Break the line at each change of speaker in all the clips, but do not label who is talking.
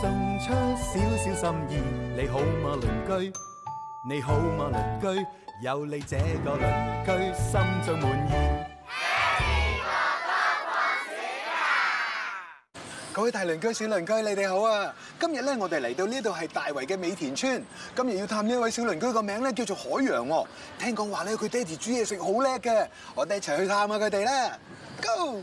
送出少少心意，你好嗎鄰居？你好嗎鄰居？有你這個鄰居，心中滿意。
各位大鄰居、小鄰居，你哋好啊！今日咧，我哋嚟到呢度係大圍嘅美田村，今日要探呢一位小鄰居個名咧叫做海洋喎。聽講話咧，佢爹哋煮嘢食好叻嘅，我哋一齊去探下佢哋啦，Go！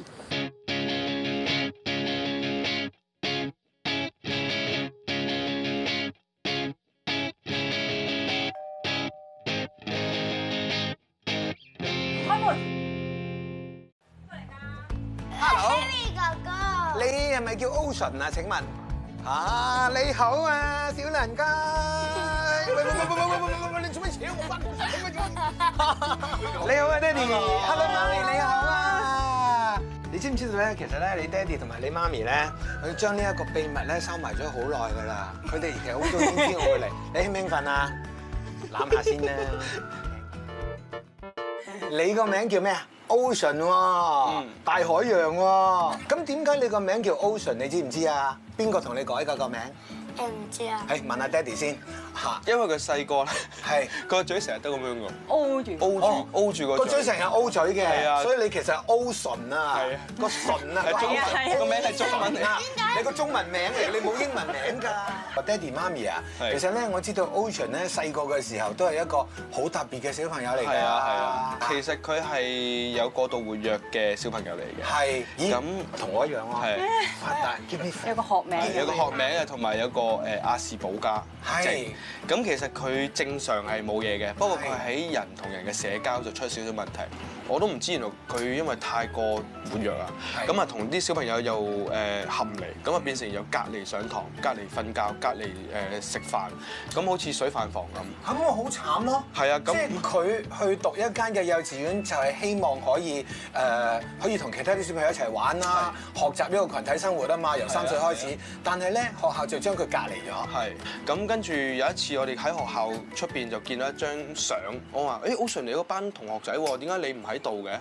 你係咪叫 Ocean 啊？請問啊，你好啊，小鄰居。喂喂喂喂喂喂喂，你做咩扯我分？你好啊，爹哋。Hello，媽咪你好啊。你知唔知道咧？其實咧，你爹哋同埋你媽咪咧，佢將呢一個秘密咧收埋咗好耐㗎啦。佢哋其實好早已經知我會嚟。你興唔興奮啊？攬下先啦。 你個名叫咩啊？Ocean
嗯
喎，大海洋喎，咁點解你個名叫 Ocean？你知唔知啊？邊個同你改㗎個名？
誒唔知啊。
誒問下爹哋先嚇，
因為佢細個咧，
係
個嘴成日都咁樣㗎
，O 住
，O 住 O 住
哦個
個
嘴
嘴，
成日 O 嘴
係
嘅，
啊
所以你其實 Ocean 啊
係啊，
個唇啊，
係中
係啊係啊
文個名係中文嚟。
啊！你個中文名嚟，你冇英文名㗎。我爹哋媽咪啊，
係
其實咧我知道 Ocean 咧細個嘅時候都係一個好特別嘅小朋友嚟㗎。
係啊係啊，其實佢係有過度活躍嘅小朋友嚟嘅，
係，咦
咁
同我一樣喎，
係
發達 give me
有個學名，
有個學名啊，同埋有個誒亞氏保加症
係。
咁其實佢正常係冇嘢嘅，不過佢
係
喺人同人嘅社交就出少少問題。我都唔知原來佢因為太過活躍啊，
係
咁啊同啲小朋友又誒含離，咁啊變成又隔離上堂、隔離瞓覺、隔離誒食飯，咁好似水飯房咁。
咁我好慘咯。
係啊咁
即係佢去讀一間嘅幼稚園，就係希望可以誒、呃可以同其他啲小朋友一齊玩啦，學習呢個群體生活啊嘛。由三歲開始，但係咧學校就將佢隔離咗。
係，咁跟住有一次我哋喺學校出邊就見到一張相，我話：，誒 Ocean 你嗰班同學仔喎，點解你唔喺度嘅？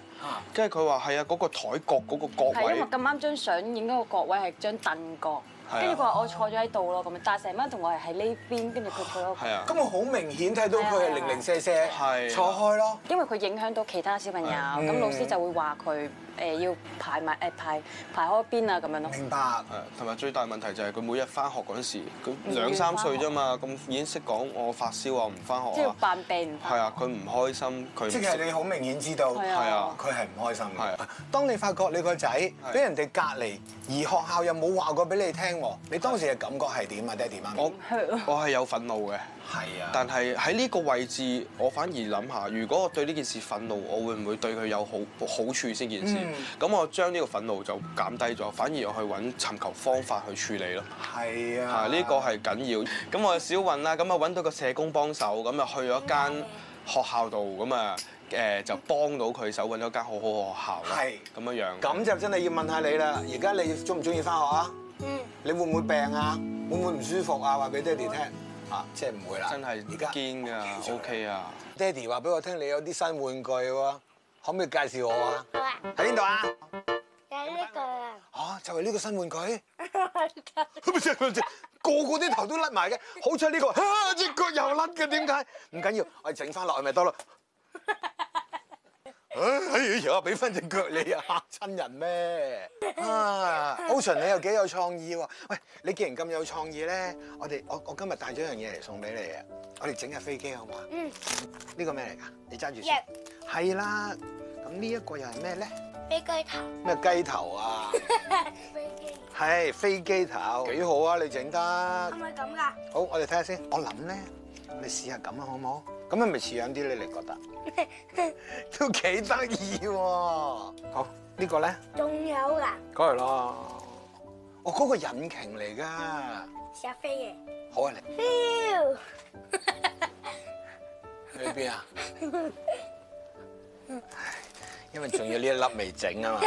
跟住佢話：係啊，嗰、個台角嗰、個角
係因為
位
咁啱張相影嗰個角位係張凳角，
係啊
跟住佢話我坐咗喺度咯咁樣，但係成班同學係喺呢邊，跟住佢坐咗，
係啊，
咁我好明顯睇到佢係零零舍舍
係啊
錯開咯。
因為佢影響到其他小朋友，咁老師就會話佢誒要排埋誒排排開邊啊咁樣咯。
明白。
係同埋最大問題就係佢每日翻學嗰陣時，
嗯
佢兩三歲啫嘛，咁已經識講我發燒啊，我唔翻
即
學
係
啊，
扮病唔
係啊，佢唔開心，佢唔
即係你好明顯知道，
係啊係
啊
佢係唔開心
係
嘅
啊。
當你發覺你個仔俾人哋隔離，而學校又冇話過俾你聽喎，你當時嘅感覺係點啊，爹哋媽咪？
我
係咯
我係有憤怒嘅。
係啊。
但係喺呢個位置，我反而諗下，如果我對呢件事憤怒，我會唔會對佢有好好處先件事？
嗯
咁、我將呢個憤怒就減低咗，反而我去揾尋求方法去處理咯。
係啊，
啊，呢個係緊要。咁我小運啦，咁啊揾到個社工幫手，咁啊去咗間學校度，咁啊誒就幫到佢手，揾咗間好
係
好嘅學校啦。咁樣樣。
咁就真係要問下你啦。而家你中唔中意翻學啊？
嗯，
你會唔會病啊？會唔會唔舒服啊？話俾爹哋聽啊，即係唔會啦。
真係
而家
堅㗎，OK 啊！
爹哋話俾我聽，你有啲新玩具喎，可唔可以介紹我啊？
好啊，
喺邊度啊？
有呢個啊，
啊，就係呢個新玩具。個個啲頭都甩埋嘅，好彩呢個 啊隻腳又甩嘅，點解？唔緊要，我哋整翻落去咪得咯。哎呀，俾翻隻腳你啊，嚇親人咩？啊，Ocean 你又幾有創意喎！喂，你既然咁有創意咧，我哋我我今日帶咗樣嘢嚟送俾你啊！我哋整架飛機好嘛？啊
嗯，
呢個咩嚟㗎？你揸住
藥
先。係啦，咁呢一個又係咩咧？
俾佢頭，
咩雞頭啊？
飛機，
係飛機頭，幾好啊！你整得
係。咪咁噶？
好，我哋睇下先。我諗咧，我哋試下咁啊，好唔好？咁係咪似樣啲咧？你覺得都幾得意喎！好，呢個咧，
仲有噶，
過嚟咯。哦，嗰個引擎嚟㗎。
想飛耶！
好啊，你
喵
去邊啊？ 因為仲要呢一粒未整啊 嘛，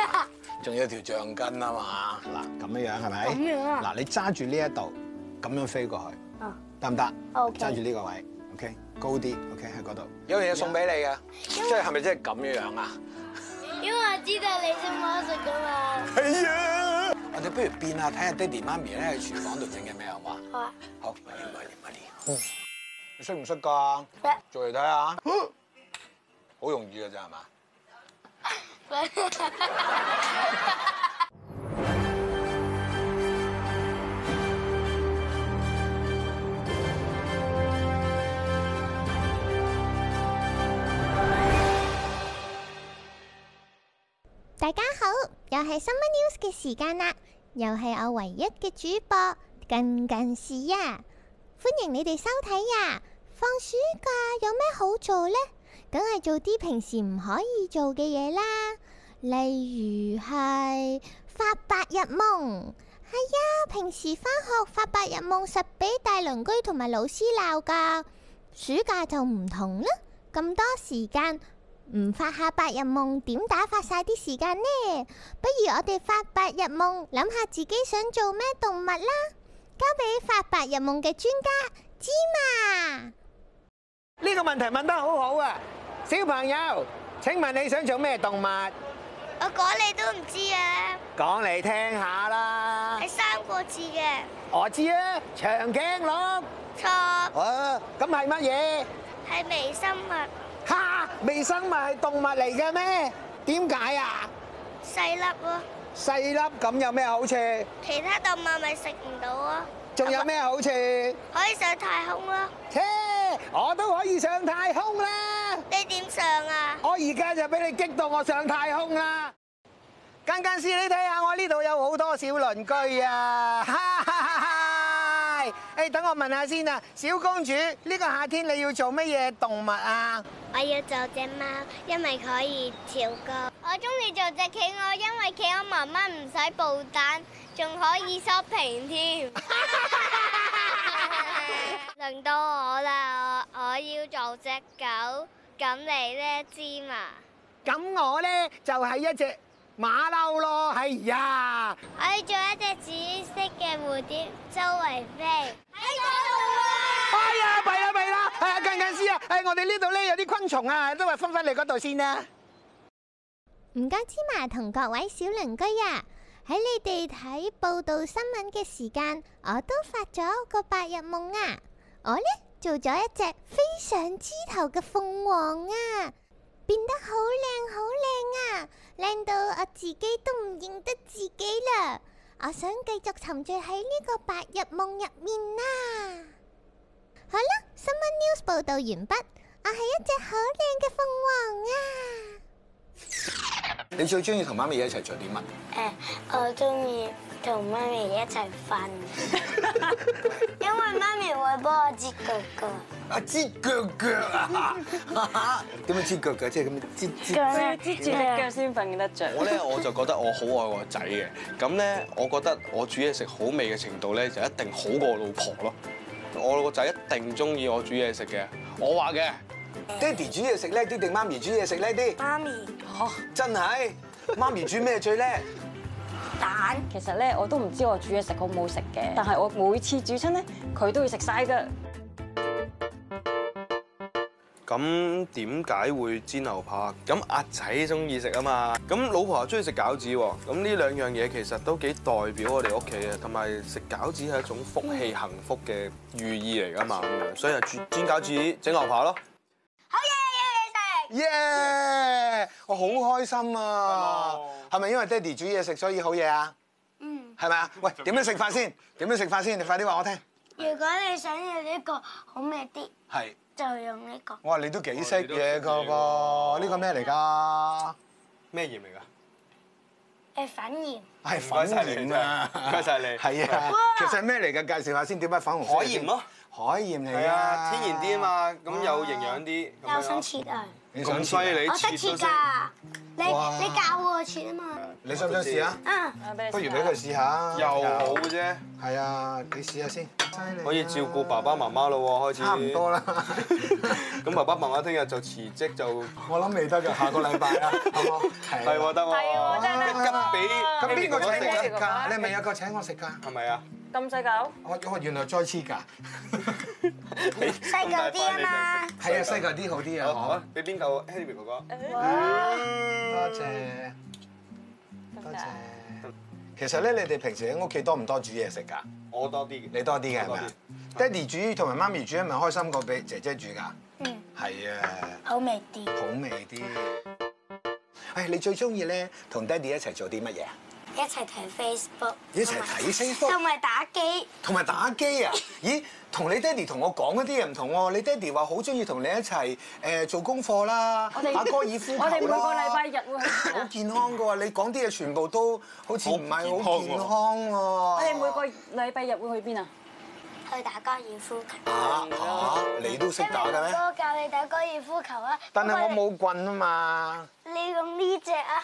仲有條橡筋啊嘛。嗱，咁樣樣係咪？
咁樣啊
嗱，你揸住呢一度，咁樣飛過去，
啊
得唔得
OK
揸住呢個位，OK，高啲，OK 喺嗰度。有樣嘢送俾你㗎，啊即係係咪真係咁樣樣啊？
因為我知道你識魔術噶嘛。
係啊！我哋不如變下睇下爹哋媽咪咧喺廚房度整嘅咩好嘛？
好啊，
好，慢啲慢啲慢啲。你識唔識㗎？
得
做嚟睇下，好容易㗎咋係嘛？
大家好，又係 Summer News 嘅時間啦，又係我唯一嘅主播近近視啊！歡迎你哋收睇啊！放暑假有咩好做呢？梗係做啲平時唔可以做嘅嘢啦，例如係發白日夢。係啊，平時返學發白日夢實俾大鄰居同埋老師鬧㗎，暑假就唔同啦，咁多時間。唔發下白日夢，點打發晒啲時間呢？不如我哋發白日夢，諗下自己想做咩動物啦。交俾發白日夢嘅專家芝麻。
呢個問題問得好好啊！小朋友，請問你想做咩動物？
我講你都唔知啊，
講嚟聽下啦。
三個字嘅，
我知啊，長頸鹿。
錯
哦，咁係乜嘢？
係微生物
哈，微生物係動物嚟嘅咩？點解啊？
細粒咯，
細粒咁有咩好處？
其他動物咪食唔到啊，
仲有咩好處？
可以上太空咯。
切，我都可以上太空啦！
你點上啊？
我而家就俾你激到我上太空啦！間間師，你睇下我呢度有好多小鄰居啊！ 哈哈哈哈！誒，等我問下先啊，小公主，呢、個夏天你要做乜嘢動物啊？
我要做只貓，因為可以跳高。我中意做只企鵝，因為企鵝媽媽唔使布蛋，仲可以 shopping 添。輪到我啦，我我要做只狗。咁你呢，芝麻？
咁我呢，就係、一隻馬騮咯，哎呀！
我要做一隻紫色嘅蝴蝶，周圍飛。喺嗰度
哎
啊！
呀，弊啦弊啦！係啊，近近師啊，誒，我哋呢度呢，有啲昆蟲啊，都係分返嚟嗰度先啦、
唔該，芝麻同各位小鄰居啊！喺你哋睇報道新聞嘅時間，我都發咗個白日夢啊！我呢，做咗一隻飛上枝頭嘅鳳凰啊，變得好靚好靚啊，靚到我自己都唔認得自己啦！我想繼續沉醉喺呢個白日夢入面啦、好啦，新聞 news 報道完畢，我係一隻好靚嘅鳳凰啊！
你最中意同媽咪一齊做啲乜？
誒，我中意同媽咪一齊瞓，因為媽咪會幫我折腳腳。
啊，擠腳腳啊！ 點樣擠腳腳？即係咁樣擠擠。
都要支住只腳先瞓得着。
我咧我就覺得我好愛我個仔嘅，咁咧我覺得我煮嘢食好味嘅程度咧就一定好過我老婆咯。我個仔一定中意我煮嘢食嘅，我話嘅。
爹哋煮嘢食叻啲定媽咪煮嘢食叻啲？哦
媽咪
真係，媽咪煮咩最叻？
蛋
其實咧，我都唔知我煮嘢食好唔好食嘅，但係我每次煮親咧，佢都要食晒㗎。
咁點解會煎牛扒？咁阿仔中意食啊嘛，咁老婆又中意食餃子喎。咁呢兩樣嘢其實都幾代表我哋屋企嘅，同埋食餃子係一種福氣、幸福嘅寓意嚟噶嘛。咁樣所以就煮煎餃子、整牛扒咯。
耶！我好開心啊！係咪因為爹哋煮嘢食所以好嘢啊？嗯。係咪啊？ 喂，點樣食法先？點樣食法先？你快啲話我聽。
如果你想要呢個好味啲，
係。
就用呢個。
我話你都幾
哦
識嘢個噃，呢個咩嚟㗎？
咩鹽嚟㗎？
誒粉鹽，
係
該
粉
晒你
鹽啊！
真係唔該晒你
係啊，其實係咩嚟㗎？介紹下先，點解粉紅色？
海鹽咯。
海鹽嚟㗎。
係啊，天然啲啊嘛，咁有營養啲。
又想
咁樣
切啊！
你
咁
想
犀
切啊
利，
我識
切
切
都識。
㗎，你你教我串啊嘛。
你想唔想試啊？
啊，
啊俾你
不如
試
俾
下
佢試下。
又好啫，
係啊，你試下先。
可以照顧爸爸媽媽咯喎，開始
差唔多。啦。
咁爸爸媽媽聽日就辭職就
我諗未得㗎，下個禮拜 啦，好冇？係啊
係喎得
係
喎，
喎真係得喎
急
咁
俾
邊個請
我
我食
食
請我食啊
㗎？你係咪有個請我食㗎？
啊？係咪啊？
咁細嚿，
我我原來再黐 㗎。
細嚿啲啊嘛。
係啊，細個啲好啲
好，
啊，
好俾邊個 h e n r y 哥哥？
嗬。多謝，多
咁
謝
大。
其實咧，你哋平時喺屋企多唔多煮嘢食㗎？
我多啲嘅，
你多啲嘅係
我
咪啊？爹哋煮同埋媽咪煮係咪開心過俾姐姐煮㗎？
嗯，
係啊，
好味啲。
好味啲。唉，你最中意咧同爹哋一齊做啲乜嘢啊？
一齊睇 Facebook，
一齊睇 Facebook
同埋打機。
同埋打機 啊？咦，同你爹哋同我講嗰啲嘢唔同喎。你爹哋話好中意同你一齊誒做功課啦，
我哋
打高爾夫球啦
我哋每個禮拜日會去
好健康嘅喎。你講啲嘢全部都好似唔係好健康喎。
我
我
哋每個禮拜日會去邊啊？
去打高爾夫球。
啊啊，你都識打嘅咩？
我教你打高爾夫球啊！
但係我冇棍啊嘛。
你用呢只啊？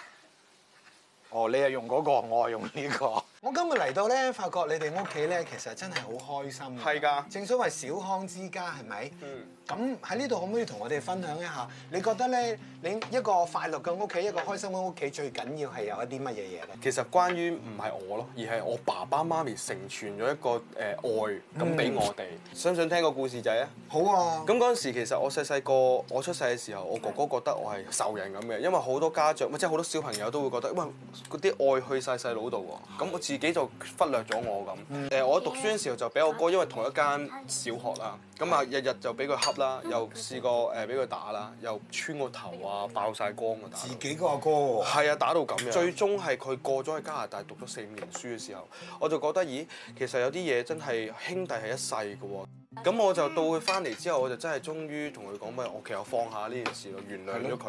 哦，你係用嗰、個，我係用呢、個。我今日嚟到咧，發覺你哋屋企咧，其實真係好開心㗎
係㗎
正所謂小康之家係咪？
嗯。
咁喺呢度可唔可以同我哋分享一下？你覺得咧，你一個快樂嘅屋企，一個開心嘅屋企，最緊要係有一啲乜嘢嘢咧？
其實關於唔係我咯，而係我爸爸媽咪承傳咗一個誒、呃、愛咁俾我哋。想唔想聽個故事仔啊？
好啊。
咁嗰陣時，其實我細細個，我出世嘅時候，我哥哥覺得我係仇人咁嘅，因為好多家長，即係好多小朋友都會覺得，喂，嗰啲愛去晒細佬度喎，咁我自己就忽略咗我咁。誒、我讀書嘅時候就俾我哥，因為同一間小學啦，咁啊日日就俾佢恰啦，又試過誒俾佢打啦，又穿個頭啊，爆晒光啊，打到
自己個阿哥喎。
係啊，打到咁樣。最終係佢過咗去加拿大讀咗四五年書嘅時候，我就覺得咦，其實有啲嘢真係兄弟係一世嘅喎。咁我就到佢翻嚟之後，我就真係終於同佢講喂，我其實我放下呢件事咯，原諒咗佢。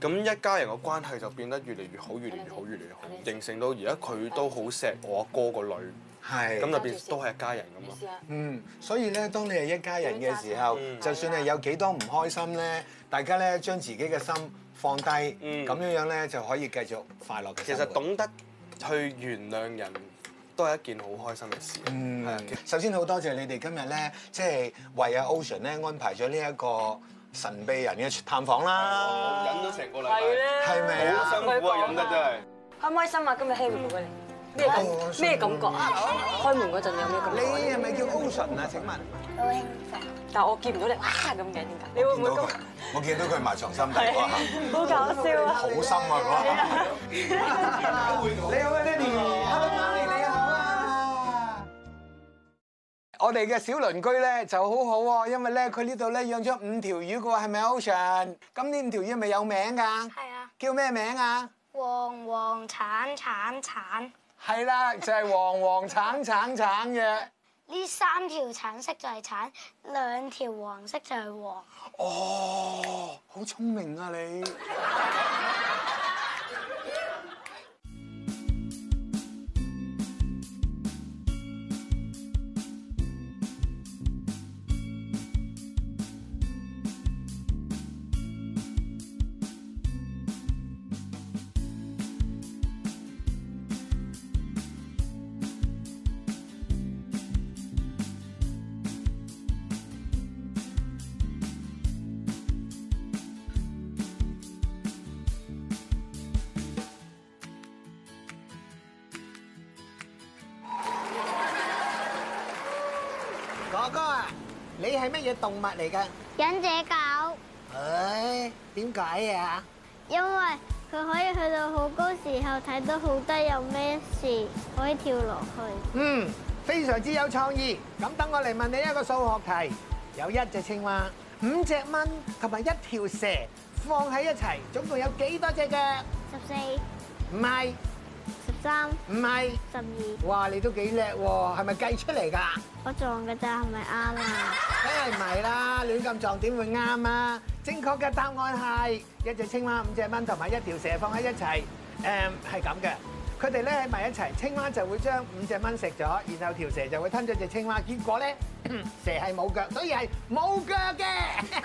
咁一家人嘅關係就變得越嚟越好，越嚟越好，越嚟越好，形成到而家佢都好錫我阿哥個女，
係。
咁就啊變都係一家人咁咯。
嗯，所以咧，當你係一家人嘅時候，
嗯
就算係有幾多唔開心咧，大家咧將自己嘅心放低，咁、
嗯
樣樣咧就可以繼續快樂嘅
其
生活。
實懂得去原諒人都係一件好開心嘅事。
嗯
係啊其實，
首先好多謝你哋今日咧，即係為阿 Ocean 咧安排咗呢一個神秘人嘅探訪啦。
忍咗成個禮
係
拜，
咧，
係咪啊
好辛苦啊，忍得真係。
開唔開心啊？今日 Harry 陪佢嚟，咩感咩感覺啊？開門嗰陣有咩感
你
覺？
係咪叫 Ocean 啊？請問？
好興奮。
但我見唔到你哇咁嘅點解？你會唔會咁？，
我見到佢埋藏心底
係 好啊搞笑啊！
深啊嗰下。 你好啊，Daddy。Hello，媽咪你好啊。我哋嘅小鄰居咧就好好喎，因為咧佢呢度咧養咗五條魚嘅喎，係咪啊 Ocean？咁呢五條魚係咪有名㗎？
係啊，
叫咩名啊？
黃黃橙橙橙，
係啦，就係黃黃橙橙橙嘅。
呢三條橙色就係橙，兩條黃色就係黃。
哦，好聰明啊你！哥哥啊，你係乜嘢動物嚟㗎？
忍者狗，
唉，點解啊？
因為佢可以去到好高時候睇到好低有咩事，可以跳落去。
嗯，非常之有創意。咁等我嚟問你一個數學題，有一隻青蛙、五隻蚊同埋一條蛇放喺一齊，總共有幾多隻腳？
十四、
唔係，
十三、
唔係。
十二，
哇！你都幾叻喎，係咪計出嚟㗎？
我撞嘅咋，係咪啱啊？
梗係唔係啦，亂咁撞點會啱啊？正確嘅答案係一隻青蛙、五隻蚊同埋一條蛇放喺一齊。誒係咁嘅，佢哋咧喺埋一齊，青蛙就會將五隻蚊食咗，然後條蛇就嗯會吞咗只青蛙。結果咧，蛇係冇腳，所以係冇腳嘅。